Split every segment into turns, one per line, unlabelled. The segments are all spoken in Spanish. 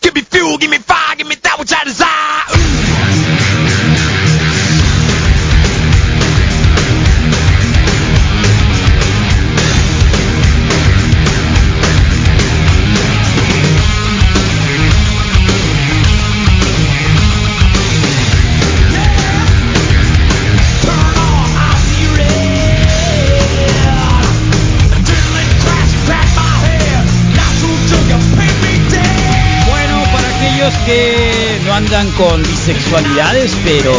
Give me fuel, give me fire, give me that which I desire. Ooh.
Bueno, para aquellos que no andan con bisexualidades, pero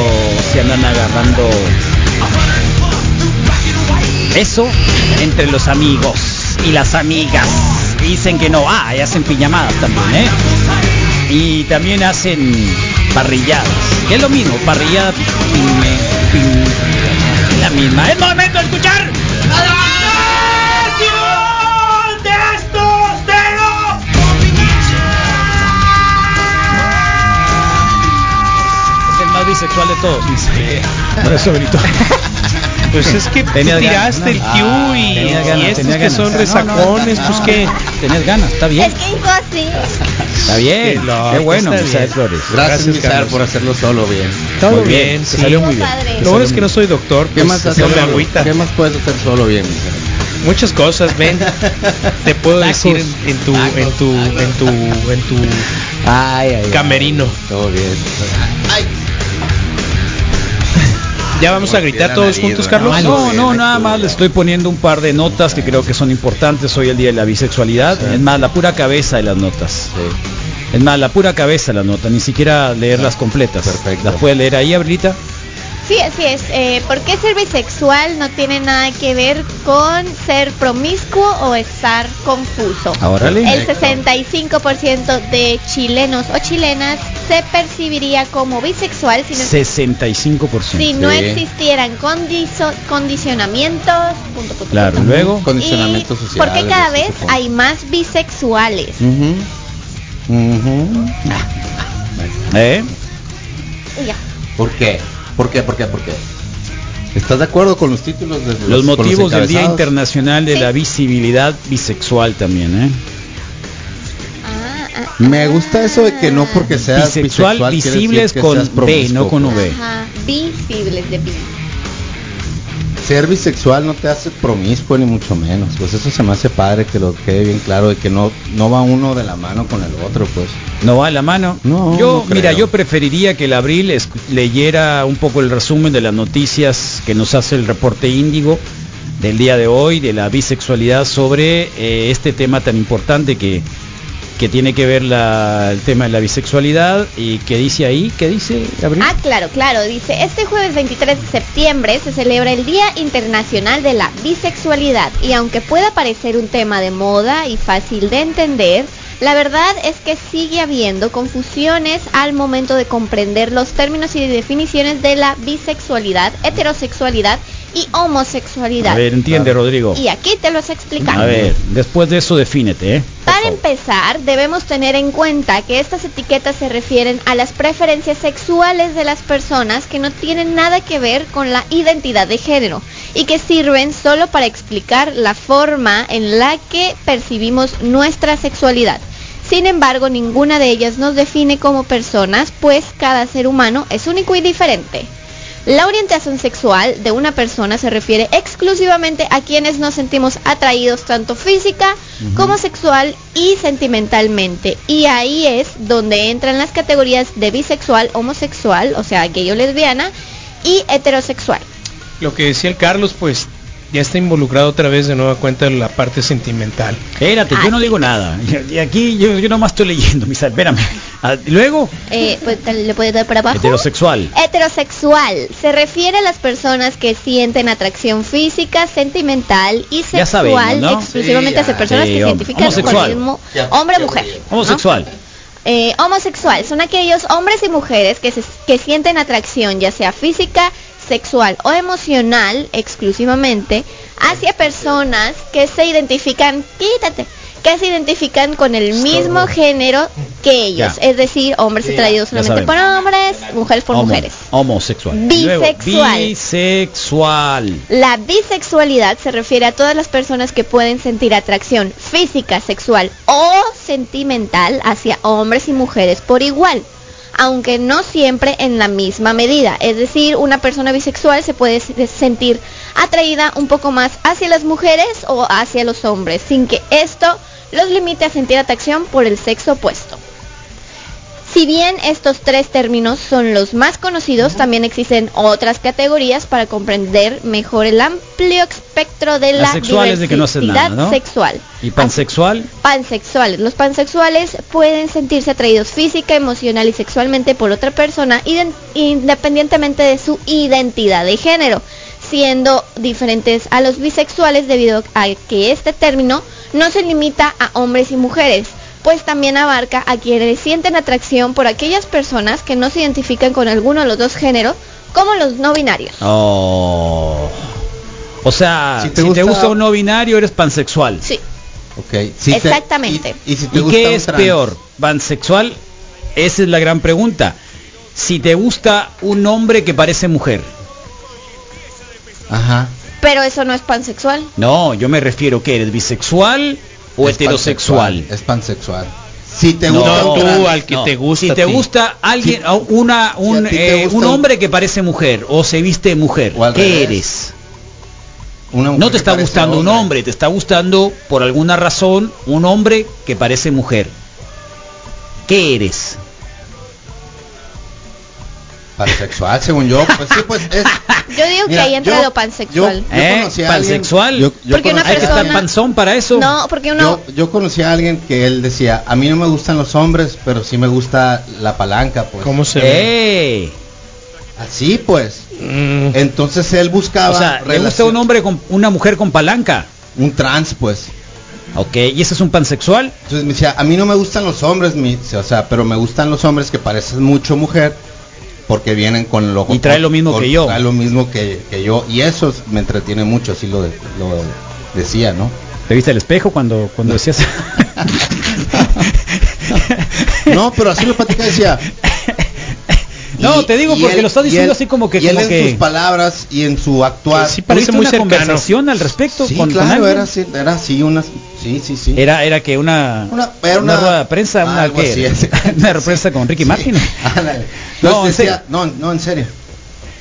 se andan agarrando eso entre los amigos y las amigas. Dicen que no, ah, y hacen piñamadas también, ¿eh? Y también hacen parrilladas. Que es lo mismo, parrillada, piñe, piñe, es la misma. ¡Es momento de escuchar! a la Nación de estos dedos! Es el más bisexual de todos.
Por eso, Benito.
Pues es que
Tenías
tiraste el Q
ganas. Ah,
y,
tenía
y
ganas,
estos
tenía
que
ganas.
son
No, no,
resacones,
no,
pues
no,
que...
no. Tenés ganas, está bien.
Es que hijo así.
Está
Sí,
bien,
lo-
qué bueno,
está
Misael
bien.
Flores.
Gracias,
Gracias,
Mizar,
Carlos.
por hacerlo solo bien.
Todo
Muy bien,
bien,
te
sí.
salió muy bien.
Padre.
Lo bueno es que no soy doctor.
¿Qué
pues,
más
hacer
haces?
una agüita.
¿Qué más puedes hacer solo bien, Mizar?
Muchas cosas, ven. Te puedo
Tacos,
decir en, en tu, en tu, en tu, en tu
Ay, ay, ay.
camerino.
Todo bien.
Ya vamos a
Como
gritar
quiera,
todos
nariz,
juntos,
¿verdad?
Carlos.
Ay,
No,
bien,
no,
ahí
nada
estuvo.
más le estoy poniendo un par de notas que creo que son importantes hoy el día de la bisexualidad. Es más, la pura cabeza de las notas. Es más, la pura cabeza de las notas, ni siquiera leerlas completas.
Perfecto.
¿Las puede leer ahí, Abrilita?
Sí, así es. Eh, ¿Por qué ser bisexual no tiene nada que ver con ser promiscuo o estar confuso?
Ahora
El 65% de chilenos o chilenas se percibiría como bisexual si no,
65%.
si no
Sí.
existieran condiso- condicionamientos. punto, punto, punto.
Claro, luego.
Condicionamiento
Y
social.
Porque cada vez hay más bisexuales.
Mhm.
¿Eh?
Y ya.
¿Por qué? ¿Por qué? ¿Por qué? ¿Por qué? ¿Estás de acuerdo con los títulos de
Los
con
motivos del Día
encabezados?
Internacional de
Sí.
la Visibilidad Bisexual también, ¿eh?
Ah, ah,
Me gusta eso de que no porque seas
Bisexual,
bisexual, quiere decir
visibles
que
con
seas
B,
promiscuo,
no con
pues.
V.
Ajá, visibles de bis.
Ser bisexual no te hace promiscuo ni mucho menos. Pues eso se me hace padre que lo quede bien claro de que no no va uno de la mano con el otro, pues.
No va a la mano.
No,
Yo,
no
mira,
creo.
yo preferiría que el abril escu- leyera un poco el resumen de las noticias que nos hace el reporte índigo del día de hoy de la bisexualidad sobre eh, este tema tan importante que que tiene que ver la- el tema de la bisexualidad y que dice ahí, ¿qué dice Abril?
Ah, claro, claro. Dice, este jueves 23 de septiembre se celebra el Día Internacional de la Bisexualidad y aunque pueda parecer un tema de moda y fácil de entender, la verdad es que sigue habiendo confusiones al momento de comprender los términos y definiciones de la bisexualidad, heterosexualidad y
A
homosexualidad.
ver, entiende Rodrigo.
Y aquí te los explicamos.
A ver, después de eso defínete, ¿eh?
Para empezar, debemos tener en cuenta que estas etiquetas se refieren a las preferencias sexuales de las personas que no tienen nada que ver con la identidad de género y que sirven solo para explicar la forma en la que percibimos nuestra sexualidad. Sin embargo, ninguna de ellas nos define como personas, pues cada ser humano es único y diferente. La orientación sexual de una persona se refiere exclusivamente a quienes nos sentimos atraídos tanto física como sexual y sentimentalmente. Y ahí es donde entran las categorías de bisexual, homosexual, o sea, gay o lesbiana, y heterosexual.
Lo que decía el Carlos, pues ya está involucrado otra vez de nueva cuenta en la parte sentimental.
Espérate, yo no digo nada. Y aquí yo, yo nomás estoy leyendo, misa, espérame. Ah, ¿y Luego,
Eh, pues, tal- ¿Le puede dar para abajo?
heterosexual.
Heterosexual se refiere a las personas que sienten atracción física, sentimental y
Ya
sexual
sabemos, ¿no?
exclusivamente
Sí,
hacia personas
sí,
que se
hombre.
identifican con
Homosexual.
el mo-
Ya,
hombre o
ya
mujer.
te digo.
¿no?
Homosexual.
Eh, homosexual son aquellos hombres y mujeres que, se- que sienten atracción ya sea física, sexual o emocional exclusivamente hacia personas que se identifican, quítate, que se identifican con el mismo género que ellos,
Ya.
es decir, hombres atraídos
ya
solamente por hombres mujeres por
Homo-
mujeres.
Homosexual. Y luego,
Bisexual.
bisexual.
La bisexualidad se refiere a todas las personas que pueden sentir atracción física, sexual o sentimental hacia hombres y mujeres por igual, aunque no siempre en la misma medida. Es decir, una persona bisexual se puede se- sentir atraída un poco más hacia las mujeres o hacia los hombres, sin que esto los limite a sentir atracción por el sexo opuesto. Si bien estos tres términos son los más conocidos, también existen otras categorías para comprender mejor el amplio espectro de la
Asexuales de que no hacen nada,
diversidad
¿no?
sexual.
Y pansexual.
Pansexuales. Los pansexuales pueden sentirse atraídos física, emocional y sexualmente por otra persona iden- independientemente de su identidad de género, siendo diferentes a los bisexuales debido a que este término no se limita a hombres y mujeres, pues también abarca a quienes sienten atracción por aquellas personas que no se identifican con alguno de los dos géneros, como los no binarios.
Oh. O sea, si
Si
te,
te
gusta...
gusta-
un no binario, eres pansexual.
Sí.
Ok. Si te-
Exactamente.
y, y si te
¿Y
gusta un
qué es
trans,
peor? ¿Pansexual? Esa es la gran pregunta. Si te gusta un hombre que parece mujer.
Ajá.
Pero eso no es pansexual.
No, yo me refiero que eres bisexual o
Es
heterosexual.
pansexual, Es pansexual. Si te
No,
gusta
no,
un trans,
tú, al que te gusta
Si
a
te
ti.
gusta alguien,
Si-
a una, un,
si a ti
eh,
te gusta
un
un-
hombre que parece mujer o se viste mujer,
O al
¿qué
revés.
eres?
una mujer
No te
que
está
parece
gustando un hombre, te está gustando por alguna razón un hombre que parece mujer. ¿Qué eres?
Pansexual, según yo. Pues sí, pues es.
Yo digo
Mira,
que ahí entra
yo-
lo pansexual.
yo-
¿Eh?
conocí a alguien-
¿Pansexual?
yo- yo
Porque
conocí
una
a
Hay que estar
persona-
panzón para eso.
No, porque uno...
Yo, yo conocí a alguien que él decía, a mí no me gustan los hombres, pero sí me gusta la palanca, pues.
¿Cómo se ve?
¡Eh!
Así, pues.
Mm,
Entonces él buscaba...
O sea, le gusta
Ah, relación-
un hombre con una mujer con palanca.
Un trans, pues.
Ok, ¿y ese es un pansexual?
Entonces me decía, a mí no me gustan los hombres, mi- o sea, pero me gustan los hombres que parecen mucho mujer, porque vienen con lo...
Y trae lo mismo
con-
que yo.
Trae lo mismo que, que yo. Y eso es- me entretiene mucho, así lo, de- lo decía, ¿no?
¿Te viste al espejo cuando, cuando decías?
No, pero así lo platicaba, decía...
no,
y-
te digo
y
porque
él-
lo estás
y
diciendo
él-
así como que...
Y él
como
en
que-
sus palabras y en su actuar...
Sí, parece
¿Tuviste
muy
una
cercano.
conversación al respecto
Sí,
con, con
claro,
alguien?
era así, era así, unas, sí, sí, sí.
Era, era que una,
Una- era una-
rueda de prensa, una,
algo
¿qué
así,
era?
así.
una prensa con Ricky
Sí.
Martin.
Ándale.
No,
Entonces
en
decía- no, no, en serio.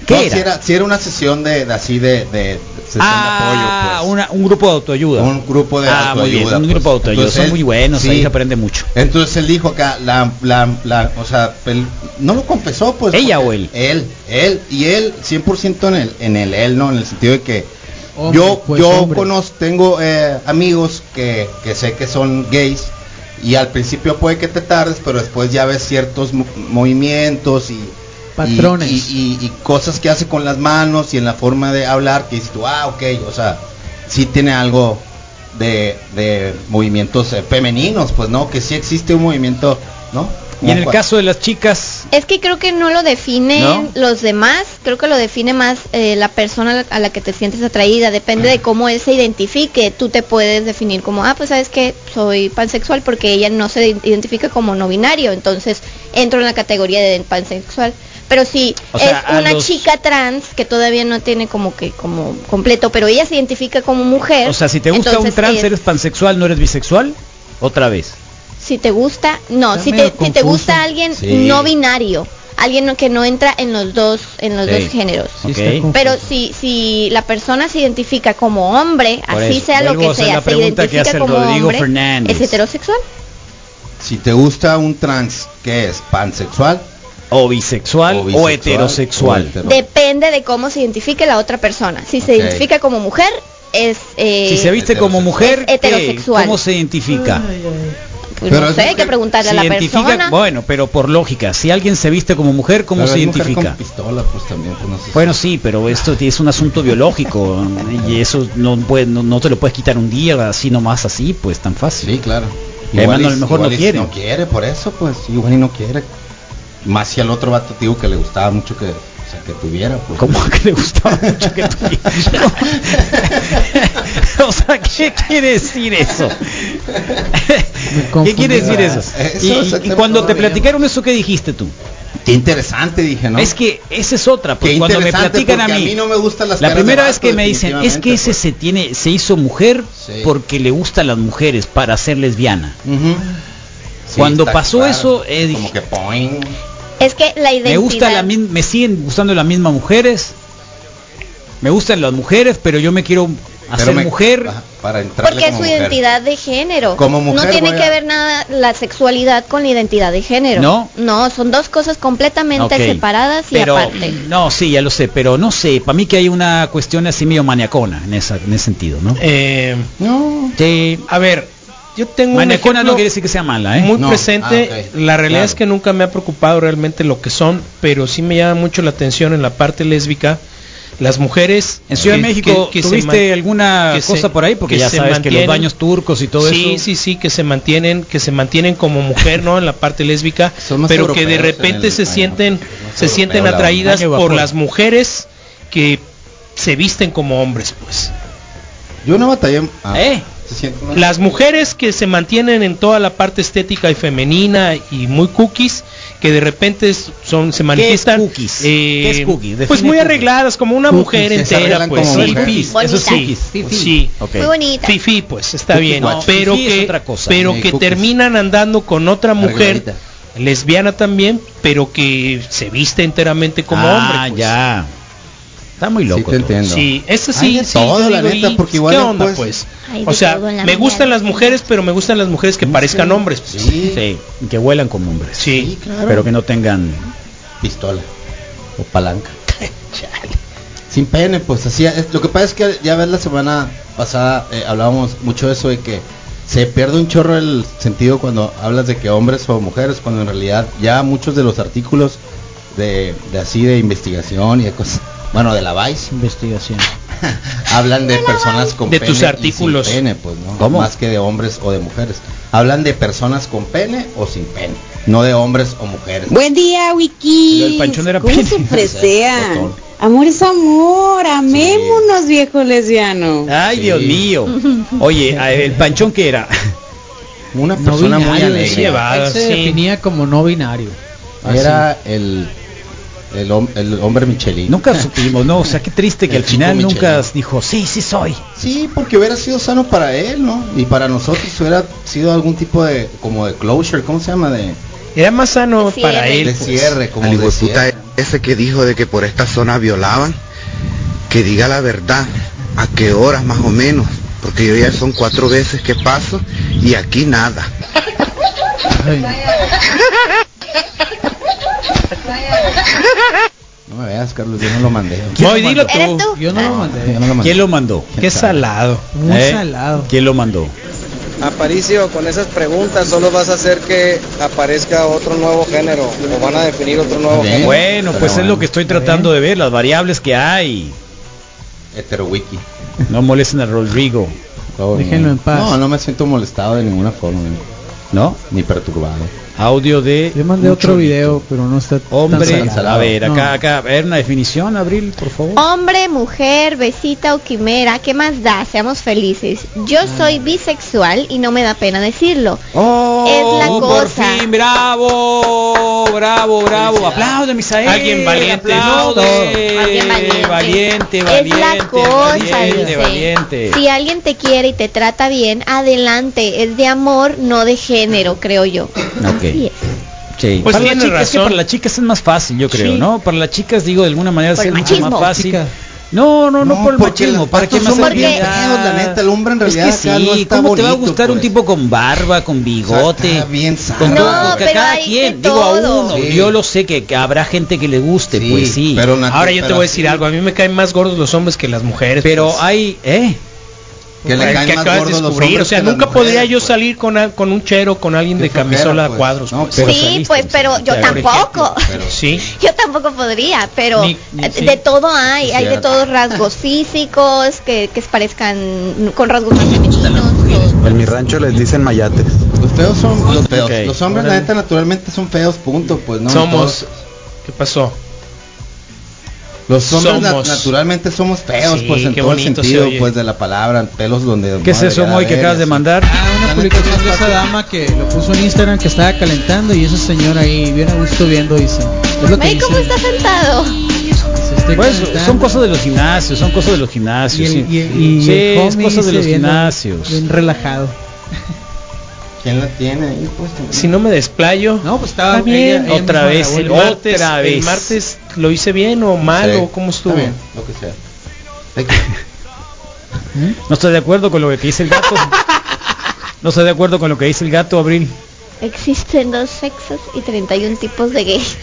¿Qué
No,
era?
Si era, si era una sesión de, de así de, de sesión
Ah,
de apoyo, pues.
una- un grupo de autoayuda.
Un grupo de
Ah, muy bien,
autoayuda,
un
pues.
grupo de autoayuda.
Entonces
Son
él-
muy buenos,
sí.
ahí se aprende mucho.
Entonces él dijo acá, la, la, la, o sea, él no lo confesó, pues.
¿Ella
porque
o él?
Él, él, y él, 100% en el, en el él, ¿no? En el sentido de que
Hombre,
yo,
pues,
yo
hombre.
conozco, tengo eh, amigos que, que sé que son gays y al principio puede que te tardes, pero después ya ves ciertos mo- movimientos y...
Patrones.
Y, y- y- y cosas que hace con las manos y en la forma de hablar que dices tú, ah, ok, o sea, sí tiene algo de, de movimientos eh, femeninos, pues no, que sí existe un movimiento, ¿no?
Y en el
Como-
caso de las chicas,
Es que creo que no lo definen
¿No?
los demás, creo que lo define más eh, la persona a la- a la que te sientes atraída, depende de cómo él se identifique, tú te puedes definir como, ah, pues sabes que soy pansexual porque ella no se identifica como no binario, entonces entro en la categoría de pansexual. Pero si
O sea,
es
a
una
los-
chica trans que todavía no tiene como que como completo, pero ella se identifica como mujer.
o sea, si te gusta
Eh, entonces
un
eh,
trans,
es-
eres pansexual, no eres bisexual, otra vez.
si te gusta, no,
Está
si
medio
te, si te
confuso.
gusta alguien
Sí.
no binario, alguien no- que no entra en los dos, en los
Sí.
dos géneros.
Sí,
Ok.
está confuso.
Pero si, si la persona se identifica como hombre,
Por
así
eso,
sea lo
vuelvo a
que
hacer
sea,
la
se
pregunta que
identifica
hace el
como
Rodrigo
hombre,
Fernández.
¿es heterosexual?
Si te gusta un trans que es pansexual,
O bisexual o,
O bisexual,
heterosexual.
o hetero- No.
Depende de cómo se identifique la otra persona. Si se
Ok.
identifica como mujer, es... eh,
si se viste como mujer,
Es heterosexual.
¿qué? ¿cómo se identifica?
pues,
Pero
no
es
sé, hay
mujer.
que preguntarle a la
se identifica,
persona.
bueno, pero por lógica, si alguien se viste como mujer, ¿cómo
pero
se
hay mujer
identifica?
Con pistola, pues también, pues, no sé si-
Bueno, sí, pero esto es un asunto biológico y eso no, puede, no, no te lo puedes quitar un día así nomás así, pues tan fácil.
Sí, claro.
Además,
y-
a lo mejor no
y
quiere.
No quiere, por eso, pues, igual y no quiere. Más si al otro vato, tío, que le gustaba mucho que sea, que tuviera, pues.
¿Cómo que le gustaba mucho que tuviera? o sea, ¿qué quiere decir eso? ¿Qué quiere decir eso?
Eso
Y-
se
y,
te
cuando te
ocurrió.
platicaron eso, ¿qué dijiste tú?
Qué interesante, dije, ¿no?
Es que esa es otra,
Qué
porque Pues cuando me
interesante,
platican a
porque
mí,
no me gustan las
la
caras de
primera vez
vato,
que me dicen es que
definitivamente,
ese
pues".
se tiene, se hizo mujer
Sí.
porque le gustan las mujeres para ser lesbiana.
pues. Ujú. Sí,
Cuando
está
pasó
claro.
eso, eh, dije,
como que poing.
Es que la identidad...
me gusta la min- me siguen gustando las mismas mujeres, me gustan las mujeres, pero yo me quiero hacer
pero me-
mujer.
ajá, para entrar
Porque es su identidad de género.
Como mujer
no tiene
voy
que
a-
ver nada la sexualidad con la identidad de género.
¿No?
No, son dos cosas completamente
Ok.
separadas y
Pero-
aparte.
No, sí, ya lo sé, pero no sé, para mí que hay una cuestión así medio maniacona en, esa, en ese sentido, ¿no?
Eh,
No.
Sí.
a ver, yo tengo un
Maniacona no
ejemplo
quiere decir que sea mala, ¿eh?
muy
No.
presente.
Ah, ok.
La realidad
Claro.
es que nunca me ha preocupado realmente lo que son, pero sí me llama mucho la atención en la parte lésbica. Las mujeres
En Ciudad
que-
de México,
que- que se
¿tuviste
man-
alguna
que se-
cosa por ahí? Porque
que
ya
se
sabes que los
mantienen-
baños turcos y todo
sí,
eso.
Sí, sí, que se mantienen, que se mantienen como mujer, ¿no? En la parte lésbica,
Son más
pero que de
europeos en
repente
el
se
baño.
sienten,
Más
se
europeo,
sienten
la verdad.
atraídas
Baño
por
vapor.
las mujeres que se visten como hombres, pues.
Yo no batallé. ah,
¿Eh?
se siente más-
Las mujeres que se mantienen en toda la parte estética y femenina y muy cookies, que de repente s- son se manifiestan
cookies?
eh,
¿Qué es cookie? Define
pues muy
cookie.
arregladas como una
Cookies,
mujer
que se
entera,
arreglan
pues.
como
sí,
mujer.
sí, eso sí,
Bonita.
sí.
Ok.
Muy bonita.
Fifi, pues está
Cookie
bien,
watch.
pero
Fifí es
que
otra cosa.
pero
Ni
que
cookies.
terminan andando con otra mujer
Margarita.
lesbiana también, pero que se viste enteramente como
ah,
hombre. pues.
ya. Está muy
Sí,
loco.
te
todo.
entiendo.
Sí, ese
Hay
sí,
de
sí,
todo,
yo
la
digo,
neta,
¿y
porque
qué
igual
onda,
después-
pues?
Hay de
O sea,
todo en la
me
vida,
gustan
la
las
verdad.
mujeres, pero me gustan las mujeres que parezcan hombres. pues.
Sí,
Sí, y que vuelan como hombres.
Sí.
claro.
Pero que no tengan...
pistola o palanca. Sin pene, pues así es. Lo que pasa es que ya ves la semana pasada eh, hablábamos mucho de eso de que se pierde un chorro el sentido cuando hablas de que hombres o mujeres, cuando en realidad ya muchos de los artículos de, de así de investigación y de cosas, bueno, de la Vice,
Investigación.
hablan de personas con
De
pene
tus
y sin
artículos.
pene, pues, ¿no?
¿Cómo?
Más que de hombres o de mujeres. Hablan de personas con pene o sin pene, no de hombres o mujeres.
Buen día, Wiki.
Lo del panchón era
¿Cómo
pene.
se fresean?
Botón.
Amor es amor, amémonos, viejo lesbiano.
Ay,
Sí.
Dios mío. Oye, a- el panchón que era.
Una
No
persona muy
binario,
alegre. Ah,
decía.
llevada,
Él se
sí.
definía como no binario.
Era el, el, hom- el hombre Michelin.
Nunca supimos, ¿no? O sea, qué triste que
El
al final
chico
nunca
Michelin.
dijo, sí, sí soy.
Sí, porque hubiera sido sano para él, ¿no? Y para nosotros hubiera sido algún tipo de, como de closure, ¿cómo se llama? De,
Era más sano
Sí,
para
era.
él.
de
pues.
cierre, como
Al
de
hijueputa
cierre.
ese que dijo de que por esta zona violaban, que diga la verdad, a qué horas más o menos, porque yo ya son cuatro veces que paso y aquí nada.
No me veas, Carlos, yo no lo mandé.
Voy, dilo tú.
¿Eres tú?
Yo no lo
Yo
mandé.
no lo mandé.
¿Quién lo mandó?
Qué salado.
Muy
¿Eh?
salado.
¿Quién lo mandó?
Aparicio, con esas preguntas solo vas a hacer que aparezca otro nuevo género o van a definir otro nuevo
Bien.
género.
Bueno,
¿Eh? Pero
pues es
bueno.
lo que estoy tratando
¿Eh?
de ver, las variables que hay.
Heterowiki.
No molesten a Rodrigo,
Todo
Déjenlo
bien.
en paz.
No, no me siento molestado de ninguna forma, ni-
¿no?
ni perturbado.
Audio de...
Yo mandé otro
Mucho
video, pero no está tan
Hombre,
salado.
a ver,
No.
acá, acá, a ver una definición, Abril, por favor.
Hombre, mujer, besita o quimera, ¿qué más da? Seamos felices. Yo soy bisexual y no me da pena decirlo.
¡Oh!
Es la
por
cosa.
fin, bravo, bravo, bravo. Aplaude, Misael.
Alguien valiente,
aplaude.
Alguien valiente.
Eh, Valiente,
es la
valiente,
cosa,
valiente,
dice.
valiente.
Si alguien te quiere y te trata bien, adelante. Es de amor, no de género, creo yo. Así es.
Sí.
Pues
para las
tiene
chicas, es que
razón.
para las chicas es más fácil, yo creo,
Sí.
¿no? Para las chicas, digo, de alguna manera
Por
es
el
mucho más
machismo.
fácil.
Chicas.
No, no, no, por el
porque
machismo,
los
para que
vatos
más
son
habilidad.
bien feos, la neta, el hombre en
Es
realidad
que
acá no
sí,
está
¿cómo te va a
bonito,
gustar un
pues.
tipo con barba, con bigote?
está bien sano.
con
No,
todo, con
pero
cada
hay de
quien, digo a
todo.
uno.
Sí.
Yo lo sé que, que habrá gente que le guste,
Sí,
pues sí.
pero nat-
Ahora yo te
pero
voy a decir
así-
algo. A mí me caen más gordos los hombres que las mujeres.
Pero
pues.
hay, ¿eh?
Que le
El
caen
que
más
acabas de
gordos los
descubrir,
hombres
o sea,
que las
nunca
mujeres,
podría yo
pues.
salir con, a- con un chero, con alguien
Qué
de
flojera,
camisola
pues.
a cuadros.
No,
pues.
pero
sí,
saliste,
pues, pero yo
por
tampoco.
pero-
Sí.
Yo tampoco podría, pero
Ni- ni-
eh,
sí.
de todo hay, hay de
cierto.
todos rasgos físicos que, que se parezcan con rasgos más femeninos. o-
En mi rancho les dicen mayates.
Los feos son los feos.
Ok,
Los hombres, la neta, naturalmente son feos, punto. Pues no.
Somos.
Todos-
¿Qué pasó?
Los hombres na-
Somos.
naturalmente somos feos,
Sí,
pues en
qué
todo el
bonito se
sentido,
oye.
pues de la palabra, pelos donde
¿Qué es
no
eso,
debería
Moy, que
haber,
acabas
y
de
así.
mandar?
La
una
neta,
publicación de esa dama que lo puso en Instagram que estaba calentando y ese señor ahí bien a gusto viendo, dice. Es lo que
May,
dice.
¿cómo está sentado?
Ah,
Pues, son cosas de los gimnasios, son cosas de los
Y
gimnasios.
el,
sí.
y el- y
Sí,
el
es
homie
cosa de
dice,
los
bien-
gimnasios.
Bien relajado.
¿Quién la tiene ahí, pues? también?
Si no me desplayo.
No, pues estaba
Está bien.
ella- ella
Otra
misma
vez,
grabó
El
el-
Otra
martes, el
vez.
martes lo hice bien o mal
Sí.
o cómo estuvo.
Está bien, lo que sea. X.
No estoy de acuerdo con lo que dice el gato. No estoy de acuerdo con lo que dice el gato, Abril.
Existen dos sexos y 31 tipos de gays.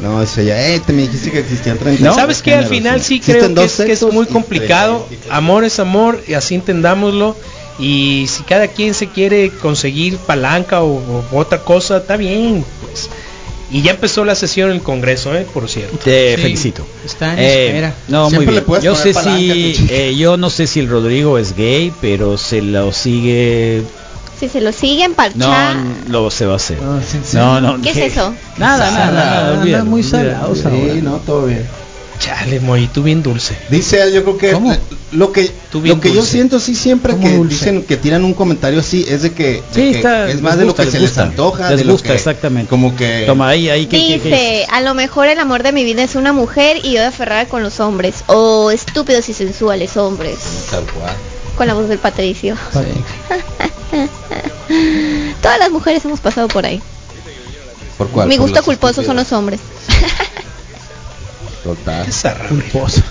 No, eso ya, eh, te me dijiste que existían 30.
¿Sabes qué? Al final sí creo que es, que es muy complicado.
Este,
Ah. Amor es amor y así entendámoslo. Y si cada quien se quiere conseguir palanca o, o otra cosa, está bien. Pues. Y ya empezó la sesión en el Congreso, ¿eh? por cierto.
Te
Sí,
felicito.
Está en
Eh,
espera.
no,
Siempre
muy
le
bien.
puedes
Yo
poner
sé
palanca,
si
pinche.
eh, yo no sé si el Rodrigo es gay, pero se lo sigue.
Si se lo siguen
No,
parchar.
lo se va a hacer.
Ah, sí, sí.
No, no. eh,
¿Qué es eso?
Nada, nada, nada,
Andan
olvídalo,
muy
olvídalo.
salados ahora.
Sí, no, todo bien.
Chale, Moy, tú bien dulce.
Dice, él, yo creo que
¿Cómo?
lo que
Tú bien
lo que yo
dulce.
siento sí siempre
¿Cómo
que
dulce?
dicen que tiran un comentario así es de que, de
Sí,
que
está-
es
les
más de lo
gusta,
que
les
se
gusta.
les antoja,
Les
de lo
gusta,
que-
exactamente.
Como que
Toma ahí, ahí que- que- que-
Dice, a lo mejor el amor de mi vida es una mujer y yo aferrada con los hombres. O estúpidos y sensuales hombres.
Tal cual.
Con la voz del Patricio.
Sí.
Todas las mujeres hemos pasado por ahí.
¿Por cuál?
Mi
Por
gusto
las
culposo son los
estúpidas.
hombres.
Total.
Culposo.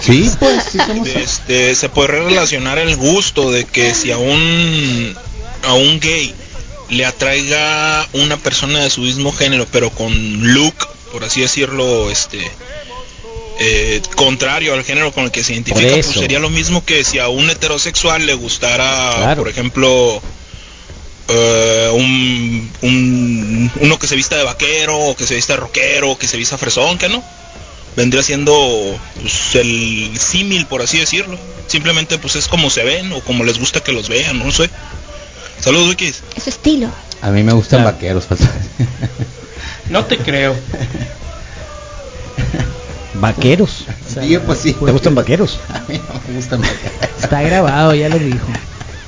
Sí, pues sí somos
Este, se puede relacionar el gusto de que si a un, a un gay le atraiga una persona de su mismo género, pero con look, por así decirlo, este eh, contrario al género con el que se identifica, pues
eso.
sería lo mismo que si a un heterosexual le gustara,
Claro.
por ejemplo, eh, un, un- uno que se vista de vaquero, o que se vista de rockero, o que se vista fresón, que no vendría siendo pues, el símil, por así decirlo. Simplemente pues es como se ven o como les gusta que los vean, no sé. Saludos, Wikis.
Es su estilo.
A mí me gustan
Claro.
vaqueros. pues.
No te creo.
Vaqueros.
Sí, pues sí.
¿Te gustan vaqueros?
A mí no me gustan vaqueros.
Está grabado, ya lo dijo.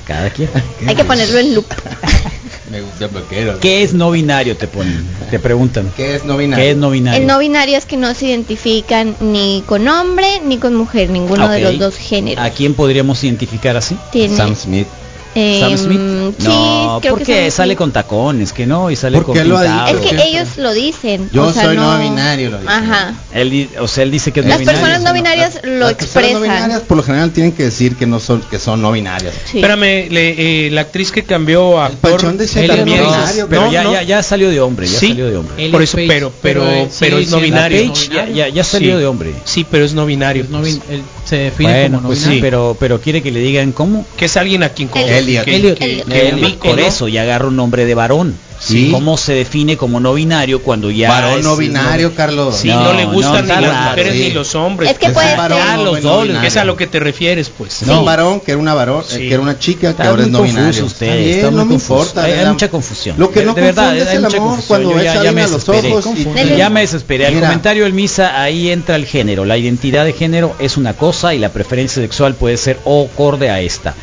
Cada quien.
Hay que ponerlo en loop.
Me gustan vaqueros.
¿Qué es no binario? Te ponen, te preguntan.
¿Qué es no binario?
¿Qué es no binario?
El no binario es que no se identifican ni con hombre ni con mujer, ninguno de
Ok.
los dos géneros.
¿A quién podríamos identificar así?
Tiene,
Sam Smith.
em,
¿Sam Smith?
sí,
no,
creo que
porque
Sam
sale
Smith.
con tacones, que no, y sale
¿Por
con
qué lo ha
pintado.
Es que
Siempre.
ellos lo dicen.
Yo
o sea,
soy no
no
binario, lo dicen.
Ajá.
Él, di- o sea, él dice que es
Las
no binario,
personas
¿sí?
no binarias lo
Las personas no binarias,
expresan.
por lo general tienen que decir que no son que son no binarias.
Sí.
Espérame, le- eh, la actriz que cambió a
El Panchón decía
Elia
también,
Mieres.
¿no?
Pero
No,
ya,
no.
ya, ya salió de hombre, ya
Sí.
salió de hombre.
Él
Por
es
eso,
Page,
pero, pero,
pero, eh,
pero,
sí,
es
sí,
no
la
binario.
Page
ya- ya- ya salió
Sí.
de hombre.
Sí, pero es no binario.
No bin- él se define
Bueno,
como no
pues sí,
binario.
pero, pero quiere que le digan cómo.
Que es alguien a quien con-
Elliot.
que-
Elliot.
que-
Elliot.
que
Él,
ubico,
por
¿no?
eh, eso ya agarra un nombre de varón.
Sí.
¿Cómo se define como no binario cuando ya
Varón
es-
no binario, Carlos.
Sí,
No,
no, le gustan
no, está
ni las
raro,
mujeres
sí.
ni los hombres.
Es que
pues.
puede
un varón
ser.
Ah,
no
los
binario.
dos, que es a lo que te refieres, pues.
No, un varón que era una varón, eh,
Sí.
que era una chica, que
Está
ahora es
muy
no
confuso
binario.
usted,
Está bien,
está muy
no me
confuso.
importa.
Hay- hay
la-
mucha confusión.
Lo que
De-
no
de verdad,
confunde es
hay
el
mucha
amor
confusión.
cuando
Yo
ves
ya-
a
ya
alguien
me
a los
desesperé.
ojos. y-
Confunde.
Ya me desesperé. Al
Mira.
comentario del Misa, ahí entra el género. La identidad de género es una cosa y la preferencia sexual puede ser o acorde a esta.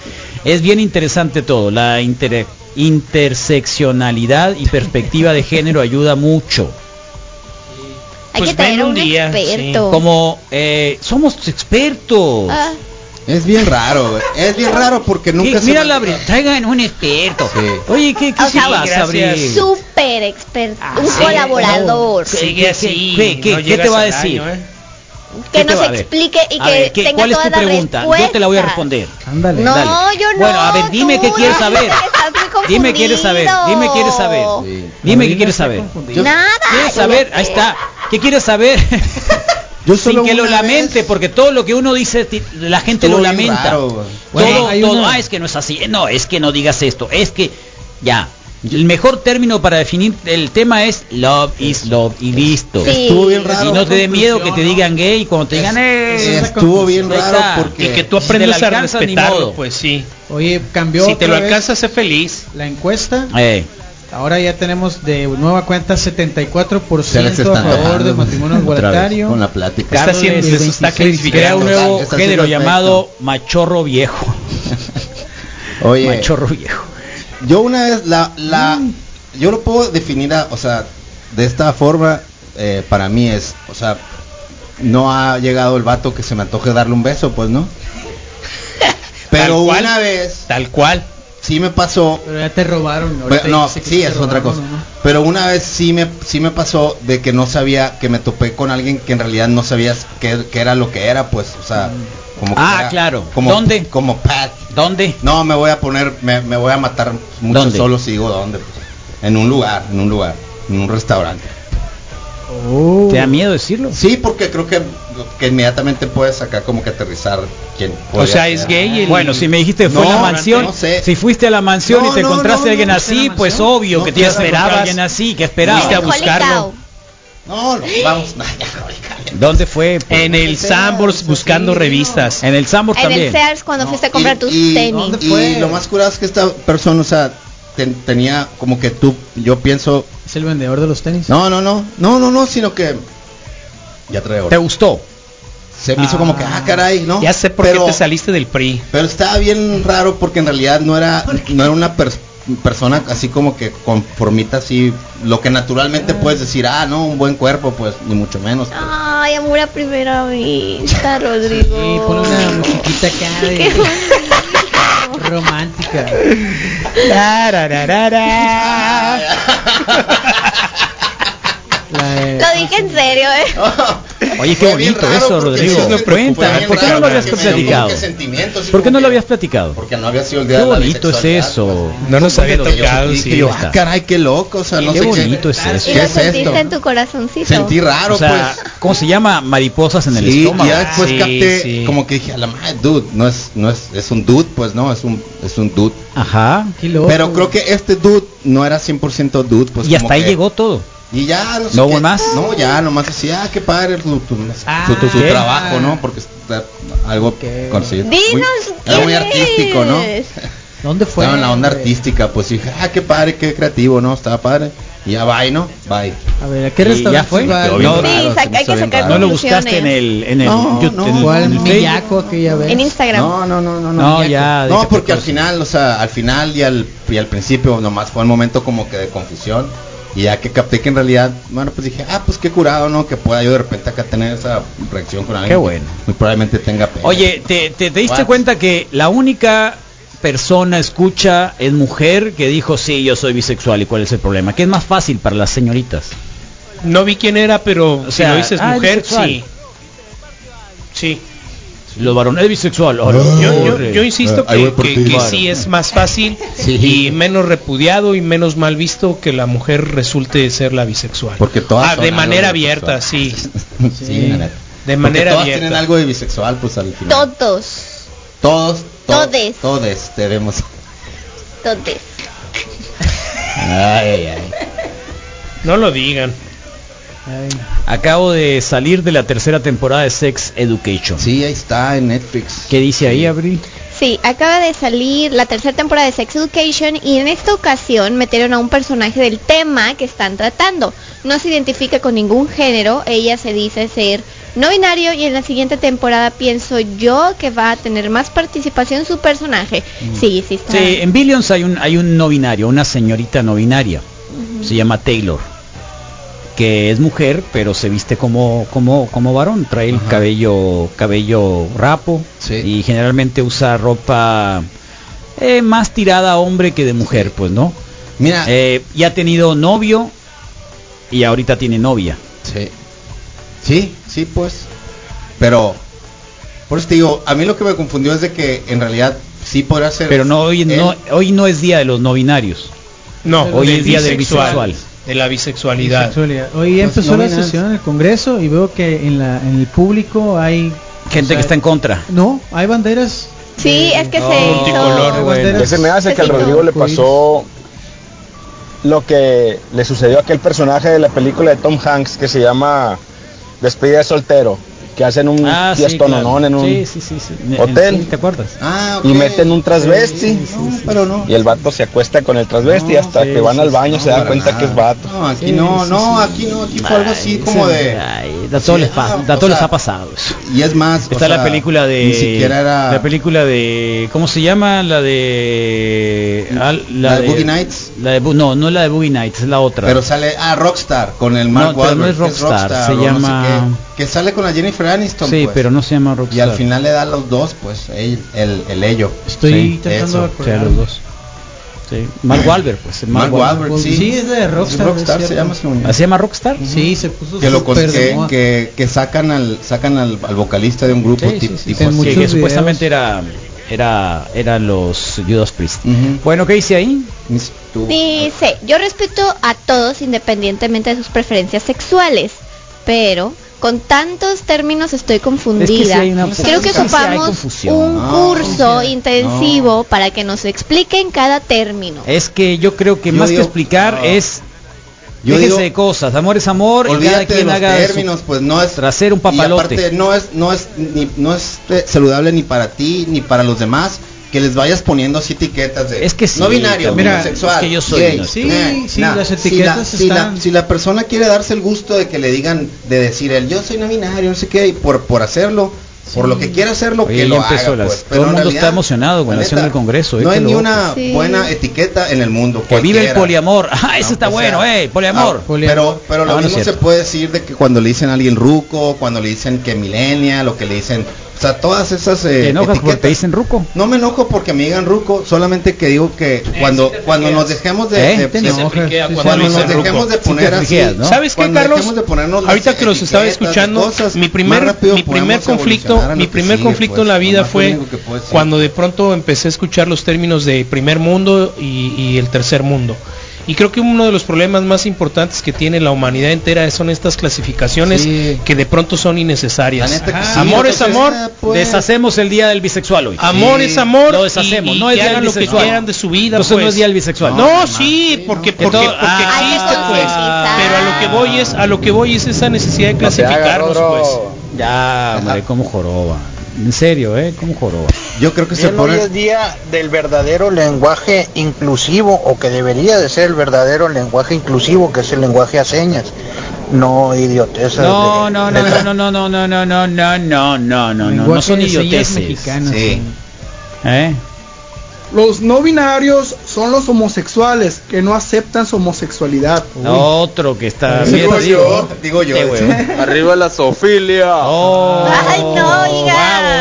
Es bien interesante todo. La inter- interseccionalidad y perspectiva de género ayuda mucho.
Hay
Pues
que traer
ven
a
un
un
día,
experto.
Como eh, somos expertos.
Ah,
Es bien raro, güey. es bien raro porque nunca
Sí, mira la
maneja.
Abril, traigan un experto.
Sí.
Oye, ¿qué, qué
O
se
sea,
pasa, Abril?
gracias.
súper experto.
Ah,
un
sí,
colaborador.
Sí,
Sigue
¿qué-
así,
qué- qué-
no
qué
llegas
te va a
al
decir?
año, ¿eh?
Que
¿Qué te
nos
va a ver?
explique y
A
que
ver, ¿qué-
tenga
¿Cuál es tu
todas las
pregunta? Yo te la voy a
respuestas.
responder.
Ándale.
No,
Dale.
yo no.
Bueno, a ver, dime
tú,
qué quieres saber.
Estás muy confundido.
Dime qué quieres saber. Dime qué quieres saber.
Sí.
Dime qué
Abril
quieres
está
saber.
confundido.
Yo-
Nada.
¿Quieres saber? Ahí está. ¿Qué quieres saber?
Yo
Sin
solo
que lo
una
lamente,
vez-
porque todo lo que uno dice, ti- la gente
Estuvo
lo
bien
lamenta.
raro,
todo,
güey.
Bueno, hay
todo,
una-
ah, es que no es así. eh, No, es que no digas esto. Es que, ya. El mejor término para definir el tema es love is love y listo.
Sí.
Estuvo bien
Y
raro.
Y no te dé miedo que te
¿no?
digan gay y cuando te digan, eh,
Es- Estuvo bien
Ahí
raro
está.
porque
Y que tú
Si te
aprendas
la
a
alcanza, ni
respetarlo,
modo.
pues sí.
Oye, cambió
si te lo
otra vez
alcanzas, sé feliz.
la encuesta
eh,
Ahora ya tenemos de nueva cuenta 74%
Ya les
a
están
favor
tocando
de matrimonio
otra vez
voluntarios.
con la plática.
Está haciendo-
Carlos,
eso está
26,
clasificado un nuevo
Está haciendo
género
efecto.
llamado machorro viejo.
Oye,
Machorro viejo.
yo una vez la, la yo lo puedo definir, a- o sea, de esta forma eh, para mí es, o sea, no ha llegado el vato que se me antoje darle un beso, pues, ¿no? Pero
Tal cual.
una vez
Tal cual.
sí me pasó
Pero ya te robaron.
Pero,
ahorita
no,
dice que
sí,
te
es otra cosa.
robaron, ¿no?
Pero una vez sí me, sí me pasó de que no sabía, que me topé con alguien que en realidad no sabías qué, qué era lo que era, pues, o sea, como que
Ah,
era-
claro.
Como,
¿Dónde?
Como Pat.
¿Dónde?
No, me voy a poner, me, me voy a matar mucho
¿Dónde?
solo si digo dónde. pues. En un lugar, en un lugar, en un restaurante.
¿Te da miedo decirlo?
Sí, porque creo que, que inmediatamente puedes sacar como que aterrizar quién
O
podría
sea, es
ser.
gay el-
Bueno, si me dijiste fue
No,
a la mansión,
no sé.
si fuiste a la mansión
No,
y te
no,
encontraste
no,
a alguien
no,
así,
no,
pues
no,
obvio
no,
que
¿qué
te esperabas
esperabas?
a alguien así, que
Fuiste a
esperabas.
buscarlo.
No, no, vamos, no, ya, ahorita.
¿Dónde fue? pues?
En el Sambors buscando revistas.
en el Sambor
En el
también.
Sears cuando
No,
fuiste a comprar
y-
tus
y-
tenis.
Y lo más curado es que esta persona, o sea, ten- tenía como que tú, yo pienso,
Es el vendedor de los tenis.
no, no, no, no, no, no, sino que ya traigo.
¿Te gustó?
Se me hizo como que, ah, caray, ¿no?
Ya sé por
Pero-
qué te saliste del PRI.
Pero estaba bien raro porque en realidad no era, no era una pers- persona así como que conformita así, lo que naturalmente puedes decir, ah, no, un buen cuerpo, pues, ni mucho menos.
Ah.
pues.
Ay, amor a primera vista, Rodrigo.
Sí, pon una musiquita acá de-
Qué bonito.
Romántica. La de-
Lo dije en serio, ¿eh?
Oye, qué
Fue bien
bonito
raro
eso,
porque
Rodrigo.
sí me
Cuenta,
preocupó, fue bien
¿por qué no
raro
lo habías
porque me dio como
platicado?
que sentimientos, así
¿Por qué
como
no lo
que-
habías platicado?
Porque no había sido el día
Qué
de la
bonito es
bisexualidad, pues.
eso.
No nos había
Bueno,
tocado,
yo-
sí.
Y yo, ah,
está.
caray, qué loco, o sea, no
Qué
sé
bonito
qué,
es eso.
Y
¿Qué
lo
es
sentiste
esto?
en tu corazoncito.
Sentí raro,
O sea,
pues.
¿cómo se llama? Mariposas en el
Sí, y
estómago.
ya después
Sí,
capté,
sí.
como que dije, a la madre, dude, no es, no es, es un dude, pues no, es un, es un dude.
Ajá.
Qué loco.
Pero creo que este dude no era 100% dude, pues
y
como
hasta ahí
que-
llegó todo.
Y ya, no sé
¿No hubo
qué-
más?
No, ya, nomás decía, ah, qué padre su, tu-
Ah,
su- su
¿qué?
trabajo, ¿no? Porque está algo
Ok.
conseguir.
Dinos
era muy
quién
artístico, ¿no?
eres.
¿Dónde fue?
Estaba en la onda
hombre?
artística, pues y dije, ah, qué padre, qué creativo, ¿no? Estaba padre. Y ya, bye, ¿no? Bye.
A ver, ¿a qué
¿Y ya
restaurante
fue?
va? No,
Quedó bien
Sí,
Claro,
saca-
se me
hay
hizo
que
bien raro.
Pues,
sacar
No lo
conclusiones.
buscaste en el en el
Ah, No,
YouTube,
no,
en el-
¿Cuál
en el Facebook?
millaco que ya ves?
En Instagram.
No, no, no, no, no.
No, ya. pues-
No,
déjate
porque al
cosas.
final, o sea, al final y al, y al principio nomás fue un momento como que de confusión. Y ya que capté que en realidad, bueno, pues dije, ah, pues qué curado, ¿no? Que pueda yo de repente acá tener esa reacción con alguien.
Qué
que
bueno.
Muy probablemente tenga pena.
Oye, ¿te, te, te diste
What?
cuenta que la única persona escucha es mujer que dijo, sí, yo soy bisexual y cuál es el problema? Que es más fácil para las señoritas.
No vi quién era, pero si
sea,
lo dices
ah, es
mujer,
bisexual.
sí. Sí.
Los varones bisexual. ahora,
Yo, yo-
corre.
yo insisto
Ah, ahí voy
que,
por
que-
ti.
que
Claro.
sí es más fácil
Sí.
y menos repudiado y menos mal visto que la mujer resulte ser la bisexual.
Porque todas
Ah,
son
de
algo
manera
de
abierta, sí.
bisexual. sí, la neta.
De
Porque
manera
todas
abierta.
tienen algo de bisexual, pues al final.
Todos.
todos, to-
Todes.
Todes, debemos.
Totes.
Ay, ay, ay.
No lo digan.
Ay,
Acabo de salir de la tercera temporada de Sex Education.
Sí, ahí está en Netflix.
¿Qué dice ahí, Abril?
Sí, acaba de salir la tercera temporada de Sex Education y en esta ocasión metieron a un personaje del tema que están tratando. No se identifica con ningún género, ella se dice ser no binario y en la siguiente temporada pienso yo que va a tener más participación su personaje. Sí, sí está.
Mm. Sí, en Billions hay un hay un no binario, una señorita no binaria. Se llama Taylor, que es mujer, pero se viste como como como varón, trae el
Ajá.
cabello cabello rapo
Sí.
y generalmente usa ropa eh, más tirada a hombre que de mujer, pues, ¿no?
Mira,
Eh, y ha tenido novio y ahorita tiene novia.
Sí. Sí, sí, pues. Pero, por eso te digo, a mí lo que me confundió es de que en realidad sí podrá ser.
Pero no hoy
él.
no hoy no es día de los no binarios.
No,
Hoy es día del bisexual.
De la bisexualidad.
bisexualidad. Hoy
Pues,
empezó
no
la
vi nada.
sesión en el Congreso y veo que en, la, en el público hay... o
Gente
sea,
que está en contra.
No, hay banderas.
Sí, es que
No,
se
multicolor,
hizo-
güey. Bueno.
Que se me hace que al Rodrigo le pasó lo que le sucedió a aquel personaje de la película de Tom Hanks que se llama Despedida de soltero. que hacen un
Ah, sí,
fiestononón
claro.
en un
Sí, sí, sí, sí. En-
hotel.
sí, ¿Te acuerdas?
Ah,
Y meten un transvesti.
No, pero no.
Y el vato se acuesta con el transvesti hasta que van al baño se da cuenta que es vato.
No, aquí no, no, aquí no, aquí fue algo así como de.
A todos les, pa- a todos les ha pasado eso.
Y es más. o
Está la
sea,
película de.
Ni siquiera era.
La película de. ¿Cómo se llama? La de. ah,
¿La de Boogie Nights?
La de, Bu- no, no la de Boogie Nights, es la otra.
Pero sale. Ah, Rockstar con el Mark
No, pero no
Wahlberg,
es
que es
Rockstar, se
o no sé
llama-
qué, que sale con la Jennifer Aniston.
sí,
pues.
pero no se llama Rockstar.
Y al final le da a los dos, pues, el, el, el ello.
Estoy
Sí,
tratando de
eso.
acordar. Sí, a los dos. Sí. Mark Wahlberg, pues.
Mark Wahlberg, sí.
Sí, es de Rockstar, es
se
cierto.
llama ese muñeco.
¿Ah, se llama Rockstar?
Sí, se puso
que lo con-
súper de
que,
moda.
que, que sacan al sacan al, al vocalista de un grupo
Sí,
tip-
sí, sí,
tipo
sí,
así.
que, que supuestamente era era eran los Judas Priest.
Mm.
Bueno, ¿qué dice ahí?
Dice, yo respeto a todos independientemente de sus preferencias sexuales, pero con tantos términos estoy confundida.
hay una
Creo que
obsesión. Sí, sí hay
ocupamos
confusión.
un
No,
curso intensivo para que nos expliquen cada término.
Es que yo creo que
Yo
más
digo-
que explicar
no.
es
Yo
déjense
digo-
de cosas, amor es amor y cada
Olvídate de
quien
los
haga
términos, pues no es
traser un papalote.
Y aparte no es no es ni- no es eh, saludable ni para ti ni para los demás que les vayas poniendo así etiquetas de
Es que sí,
no binario,
también.
homosexual,
Es que yo soy
gay,
binario.
Sí,
eh,
sí,
nah,
las
si la-
etiquetas
si la,
están-
si la persona quiere darse el gusto de que le digan de decir el yo soy no binario, no sé qué, y por por hacerlo por lo que quiera hacerlo
Oye,
que
ya
lo
empezó
haga,
las-
pues,
todo
pero
el
en
mundo
realidad,
está emocionado con la
la
acción
neta,
del Congreso, eh,
No
qué
hay ni
loco.
una
Sí.
buena etiqueta en el mundo.
Que vive el
cualquiera.
poliamor. Ah, eso está
Aunque sea-
bueno, eh, poliamor.
Ah, Pero, pero lo
Ah, no es
mismo se
cierto.
puede decir de que cuando le dicen a alguien ruco, cuando le dicen que milenia, lo que le dicen, o sea, todas esas eh,
Te enojas porque te dicen ruco.
No me enojo porque me digan ruco, solamente que digo que cuando cuando nos dejemos de,
¿Eh?
de-
Te
de-
enojas.
friquea
Sí,
cuando,
sí,
nos
sí, sí,
dejemos
ruco.
de
Sí te
poner así,
friqueas, ¿no?
¿Sabes qué,
cuando
Carlos?
dejemos de ponernos las
Ahorita que los estaba
etiquetas de
escuchando,
cosas,
mi
más
primer,
rápido
mi primer
podemos
conflicto,
evolucionar a lo
mi
que
primer
sigue,
conflicto
pues.
en la vida
Nomás lo
fue
único que puedo decir.
cuando de pronto empecé a escuchar los términos de primer mundo y, y el tercer mundo. Y creo que uno de los problemas más importantes que tiene la humanidad entera son estas clasificaciones que de pronto son
La
innecesarias.
neta que
Ajá.
sí,
amor es
entonces,
amor,
ah, pues.
Deshacemos el día del bisexual hoy.
amor
Sí.
es amor.
Lo deshacemos,
y- y
no es
que
día
hagan
del
lo que
bisexual.
quieran de su vida.
Entonces no
pues.
es día del bisexual.
No, sí, porque, porque,
Entonces-
porque existe, pues. Pero a lo que voy es, a lo que voy es esa necesidad de
No te hagas,
clasificarnos, pues.
Rodro.
Ya, hombre, como joroba. En serio, eh, como joroba.
Yo creo que se
Bien, hoy
pone
es día del verdadero lenguaje inclusivo o que debería de ser el verdadero lenguaje inclusivo, que es el lenguaje a señas, no idiotezas.
No, no, no, no, no, no, no, no, no, no, no, no, no, no, no son idioteces.
Sí.
¿Eh?
Los no binarios son los homosexuales que no aceptan su homosexualid
Otro que
Ah,
está
Digo
bien,
yo,
digo yo.
Qué huevo.
Arriba la sofilia.
Oh, Ay, no,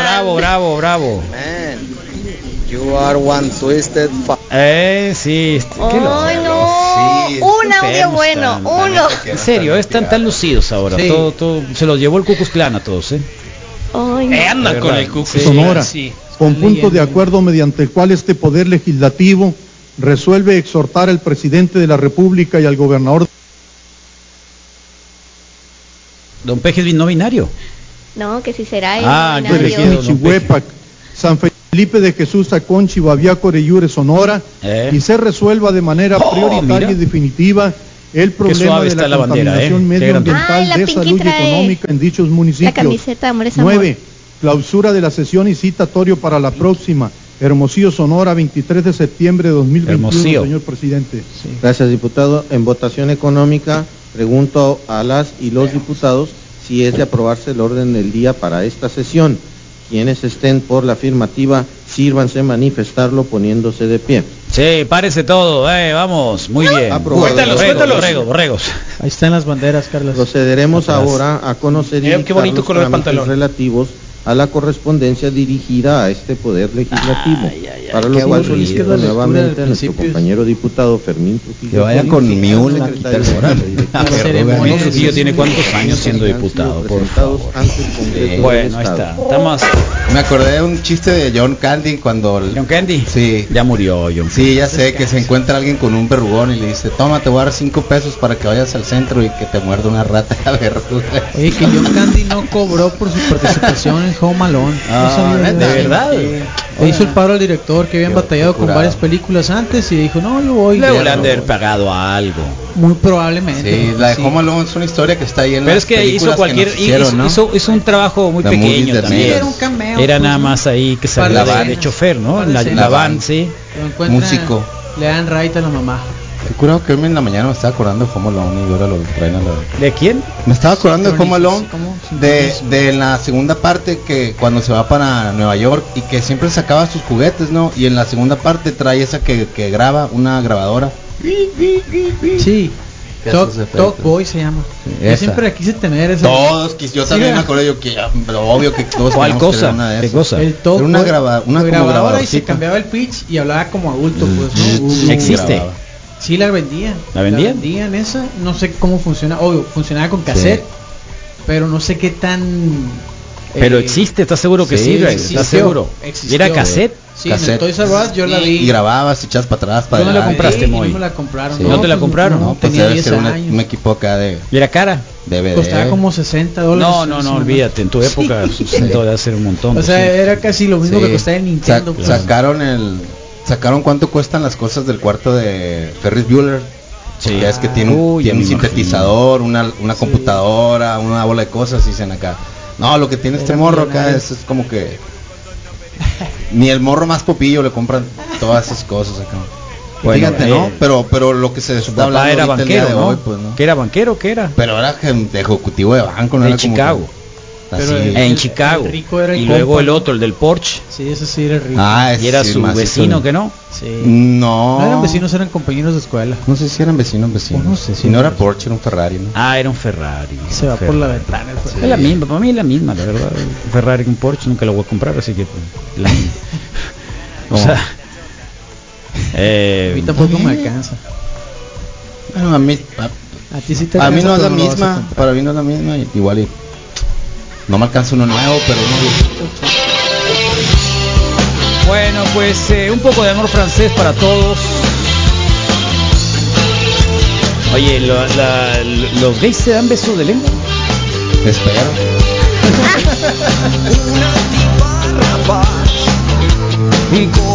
Bravo, bravo, bravo.
You are one twisted fuck.
Eh, sí. este, qué loco.
Ay, no.
Sí,
un
enfermos
audio bueno,
están, la
uno.
En serio, están tan lucidos ahora.
Sí.
Todo, todo, se los llevó el Cucus Clan a todos, ¿eh?
Ay,
Eh,
no.
andan
De
con
verdad.
el cuco.
Sí,
Sonora,
sí.
con punto de acuerdo mediante el cual este Poder Legislativo resuelve exhortar al presidente de la República y al gobernador.
Don Peje es no binario.
No, que si será el
Ah,
binario.
Chihuepac, San Felipe de Jesús, Aconchi, Baviaco, Oreyure, Sonora,
Eh.
y se resuelva de manera
Oh,
prioritaria
mira.
y definitiva el problema
suave
de
está
la,
la bandera,
contaminación
eh. Qué grande.
Ay,
medioambiental,
la
de
Pinky
salud y
trae
económica en dichos municipios.
La camiseta, amor es amor.
9. Clausura de la sesión y citatorio para la próxima. Hermosillo, Sonora, 23 de septiembre de 2021,
Hermosillo.
señor presidente.
Gracias, diputado. En votación económica, pregunto a las y los diputados si es de aprobarse el orden del día para esta sesión. Quienes estén por la afirmativa, sírvanse a manifestarlo poniéndose de pie.
Sí, párese todo, eh, vamos, muy bien.
Aprobado. Cuéntalos,
Borregos,
cuéntalos.
borregos, borregos.
Ahí están las banderas,
Pues,
Carlos. Procederemos
Atrás.
ahora a conocer y
Mira, qué
dictar
bonito
los
color de
trámites
pantalón.
relativos a la correspondencia dirigida a este poder legislativo, para
qué
lo cual
aburrido.
solicito
Izquierda lectura
nuevamente
del
a nuestro
principio.
compañero diputado Fermín Trujillo.
Que vaya
Solís,
con Miul,
secretario
quitar el moral.
director.
La ceremonia.
Trujillo tiene cuántos años siendo diputado, por favor. Bueno, ahí está. Estamos.
Me acordé de un chiste de John Candy cuando John
Candy.
Sí.
Ya murió John.
Sí, ya sé que se encuentra alguien con un verrugón y le dice, "Toma, te voy a dar cinco pesos para que vayas al centro y que te muerda una rata de verruga."
Oye, que John Candy no cobró por su participación en en Home Alone.
Ah,
no sabía
¿neta?
eso.
¿De verdad?
Sí. Le hizo el paro al director que habían batallado con
procurado.
varias películas antes y dijo, no, yo voy.
Luego le han de haber pagado a algo.
Muy probablemente.
Sí, la de
Sí.
Home Alone es una historia que está ahí en
Pero
las
es que hizo
películas
cualquier.
nos
hizo,
hicieron, ¿no?
hizo- hizo un trabajo muy
The Movies
pequeño
That
también.
Made Us. Sí, era un
cameo,
Era
pues,
nada
¿no?
más ahí que
Par de
salía de
escenas.
chofer, ¿no?
Par de
La,
escenas.
la van, sí.
Lo encuentran,
Músico.
Le dan right a la mamá.
Te juro que hoy en la mañana me estaba acordando de Home Alone y ahora lo traen a la...
¿De quién?
Me estaba acordando de Home
Sincronismo,
Alone
¿cómo?
de, de la segunda parte que cuando se va para Nueva York y que siempre sacaba sus juguetes, ¿no? Y en la segunda parte trae esa que, que graba, una grabadora.
Sí.
Que
Talk,
hace ese
Talk
efecto.
Boy se llama. Yo
esa.
siempre la quise tener esa.
Todos, quis- yo también
Sí,
me acuerdo yo que, ah, pero obvio que todos
¿Cuál
queríamos tener
cosa?
una de
¿Qué
esas.
cosa?
El Talk
Era una
Boy,
graba- una
lo
como
grabadora y se
grabadorcita.
cambiaba el pitch y hablaba como adulto, pues, ¿no? Uh,
Existe.
grababa.
Sí, la vendían.
¿La vendían?
vendían esa. No sé cómo funciona. Obvio, funcionaba con cassette. Pero no sé qué tan.
Pero
eh,
existe, ¿estás seguro que
Sí,
sirve?
existió,
¿Estás seguro?
existió. eh.
Era cassette.
Sí, en el Toys R Us yo la vi.
Y grababas, echas para atrás, para
Yo no la
adelante.
compraste, y
compraste,
no
Moy?
me la compraron.
Sí.
¿No te la
pues,
compraron?
No,
No, pues
tenía
debe
10
ser una-
años.
un equipo acá de
¿Y era cara?
DVD.
Costaba como 60 dólares.
No, no, no,
Sí,
olvídate. En tu época sentó de hacer un montón.
O
pues,
sea, eh,
sí.
era casi lo mismo
Sí.
que costaba el Nintendo.
Sac-
pues.
Sacaron el sacaron cuánto cuestan las cosas del cuarto de Ferris Bueller.
Sí.
Ya es que tiene un,
Uy,
tiene
ya
un
me
sintetizador, una, una computadora, una bola de cosas, dicen acá. No, lo que tiene este
Era
morro acá
millonario.
es, es como que ni el morro más popillo le compran todas esas cosas acá.
Bueno,
Fíjate,
eh,
¿no? Pero pero lo que se
Su
está
papá
hablando
era
ahorita el día de
banquero, ¿no?
hoy, pues, ¿no?
¿Que era banquero? ¿Qué era?
Pero era gente- ejecutivo de banco, no
De
era como que-
Chicago.
Así.
el-
en
el
Chicago.
rico era el
y luego
compa,
el
¿no?
otro, el del Porsche.
Sí, ese sí era rico.
Ah,
Y era
sí,
su
más eso-
vecino, que no.
Sí.
No.
No eran vecinos, eran compañeros de escuela.
No sé si eran vecinos, vecinos.
Pues no sé si
si no
eran
era Porsche, era un Ferrari, ¿no?
Ah, era un Ferrari.
Se va
Ferrari.
por la ventana. el juego.
Es la misma, para mí es la misma, la verdad. Un Ferrari con Porsche nunca lo voy a comprar, así que. la misma. o sea. eh,
A mí tampoco me alcanza.
Bueno, a mí, a-
A ti sí te
a, mí
alcanza,
no es la
pero lo vas a
misma,
comprar.
para mí no es la misma, y- igual y no me alcanza uno nuevo, pero uno viejito.
Bueno, pues eh, un poco de amor francés para todos. Oye, lo- la- ¿los gays se dan besos de lengua?
Espero.
Unos tipos rabos.